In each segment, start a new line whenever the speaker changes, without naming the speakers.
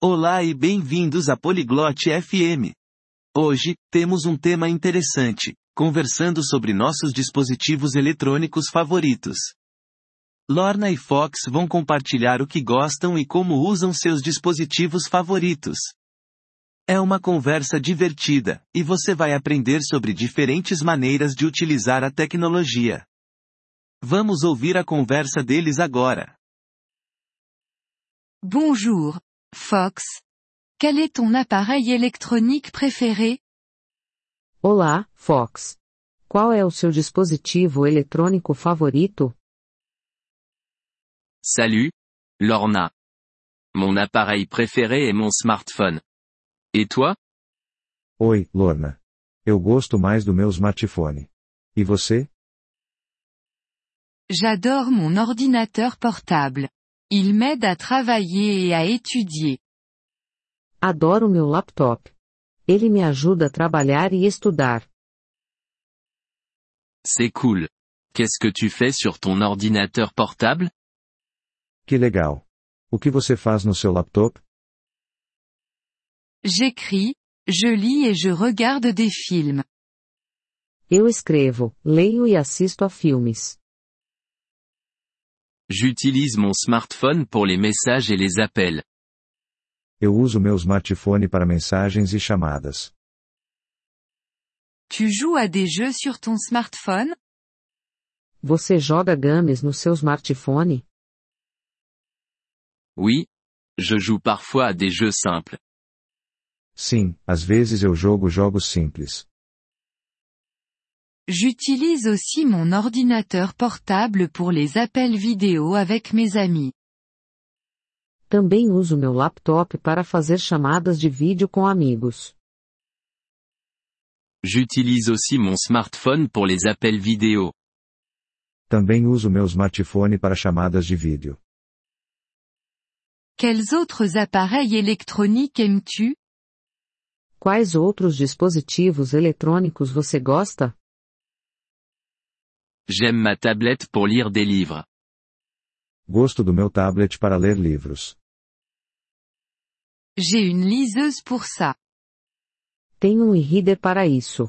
Olá e bem-vindos a Poliglote FM. Hoje, temos um tema interessante, conversando sobre nossos dispositivos eletrônicos favoritos. Lorna e Fox vão compartilhar o que gostam e como usam seus dispositivos favoritos. É uma conversa divertida, e você vai aprender sobre diferentes maneiras de utilizar a tecnologia. Vamos ouvir a conversa deles agora.
Bonjour, Fox. Quel est ton appareil électronique préféré
Olá, Fox. Qual é o seu dispositivo eletrônico favorito?
Salut, Lorna. Mon appareil préféré est mon smartphone. Et toi
Oi, Lorna. Eu gosto mais do meu smartphone. E você?
J'adore mon ordinateur portable. Il m'aide à travailler et à étudier.
Adoro meu laptop. Ele me ajuda a trabalhar e estudar.
C'est cool. Qu'est-ce que tu fais sur ton ordinateur portable
Que legal. O que você faz no seu laptop?
J'écris, je lis et je regarde des films.
Eu escrevo, leio e assisto a filmes.
J'utilise mon smartphone pour les messages et les appels.
Eu uso meu smartphone para mensagens e chamadas.
Tu joues à des jeux sur ton smartphone
Você joga games no seu smartphone?
Oui. Je joue parfois à des jeux simples.
Sim, às vezes eu jogo jogos simples.
J'utilise aussi mon ordinateur portable pour les appels vidéo avec mes amis.
Também uso meu laptop para fazer chamadas de vídeo com amigos.
J'utilise aussi mon smartphone pour les appels vidéo.
Também uso meu smartphone para chamadas de vídeo.
Quels autres appareils électroniques aimes-tu
Quais outros dispositivos eletrônicos você gosta?
J'aime ma tablette pour lire des livres.
Gosto do meu tablet para ler livros.
J'ai une liseuse pour ça.
Tenho um e-reader para isso.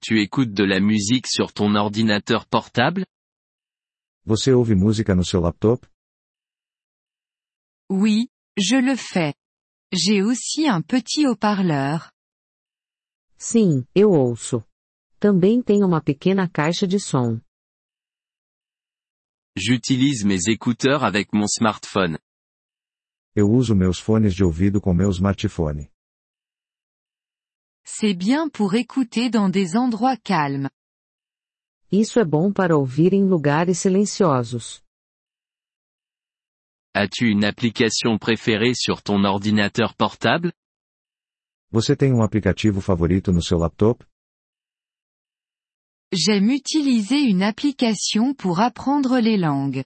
Tu écoutes de la musique sur ton ordinateur portable
Você ouve música no seu laptop?
Oui, je le fais. J'ai aussi un petit haut-parleur.
Sim, eu ouço. Também tenho uma pequena caixa de som.
J'utilise mes écouteurs avec mon smartphone.
Eu uso meus fones de ouvido com meu smartphone.
C'est bien pour écouter dans des endroits calmes.
Isso é bom para ouvir em lugares silenciosos.
As-tu une application préférée sur ton ordinateur portable
Você tem um aplicativo favorito no seu laptop?
J'aime utiliser une application pour apprendre les langues.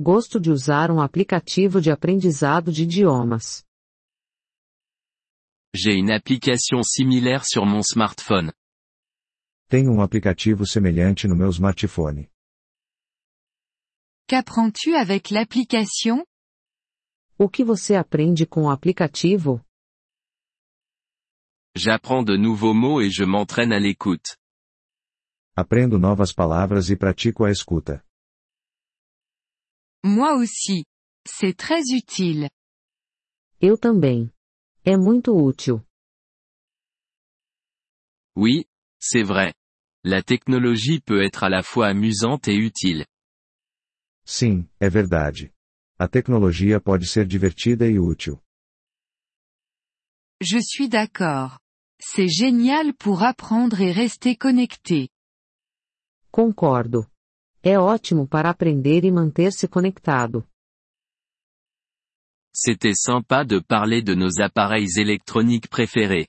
Gosto de usar um aplicativo de aprendizado de idiomas.
J'ai une application similaire sur mon smartphone.
Tenho um aplicativo semelhante no meu smartphone.
Qu'apprends-tu avec l'application
O que você aprende com o aplicativo?
J'apprends de nouveaux mots et je m'entraîne à l'écoute.
Aprendo novas palavras e pratico a escuta.
Moi aussi. C'est très utile.
Eu também. É muito útil.
Oui, c'est vrai. La technologie peut être à la fois amusante et utile.
Sim, é verdade. A tecnologia pode ser divertida e útil.
Je suis d'accord. C'est génial pour apprendre et rester connecté.
Concordo. É ótimo para aprender e manter-se conectado.
C'était sympa de parler de nos appareils électroniques préférés.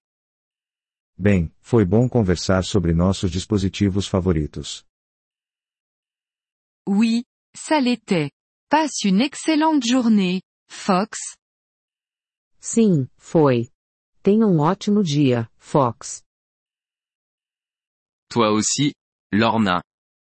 Bem, foi bom conversar sobre nossos dispositivos favoritos.
Oui, ça l'était. Passe une excellente journée, Fox.
Sim, foi. Tenha um ótimo dia, Fox.
Toi aussi, Lorna.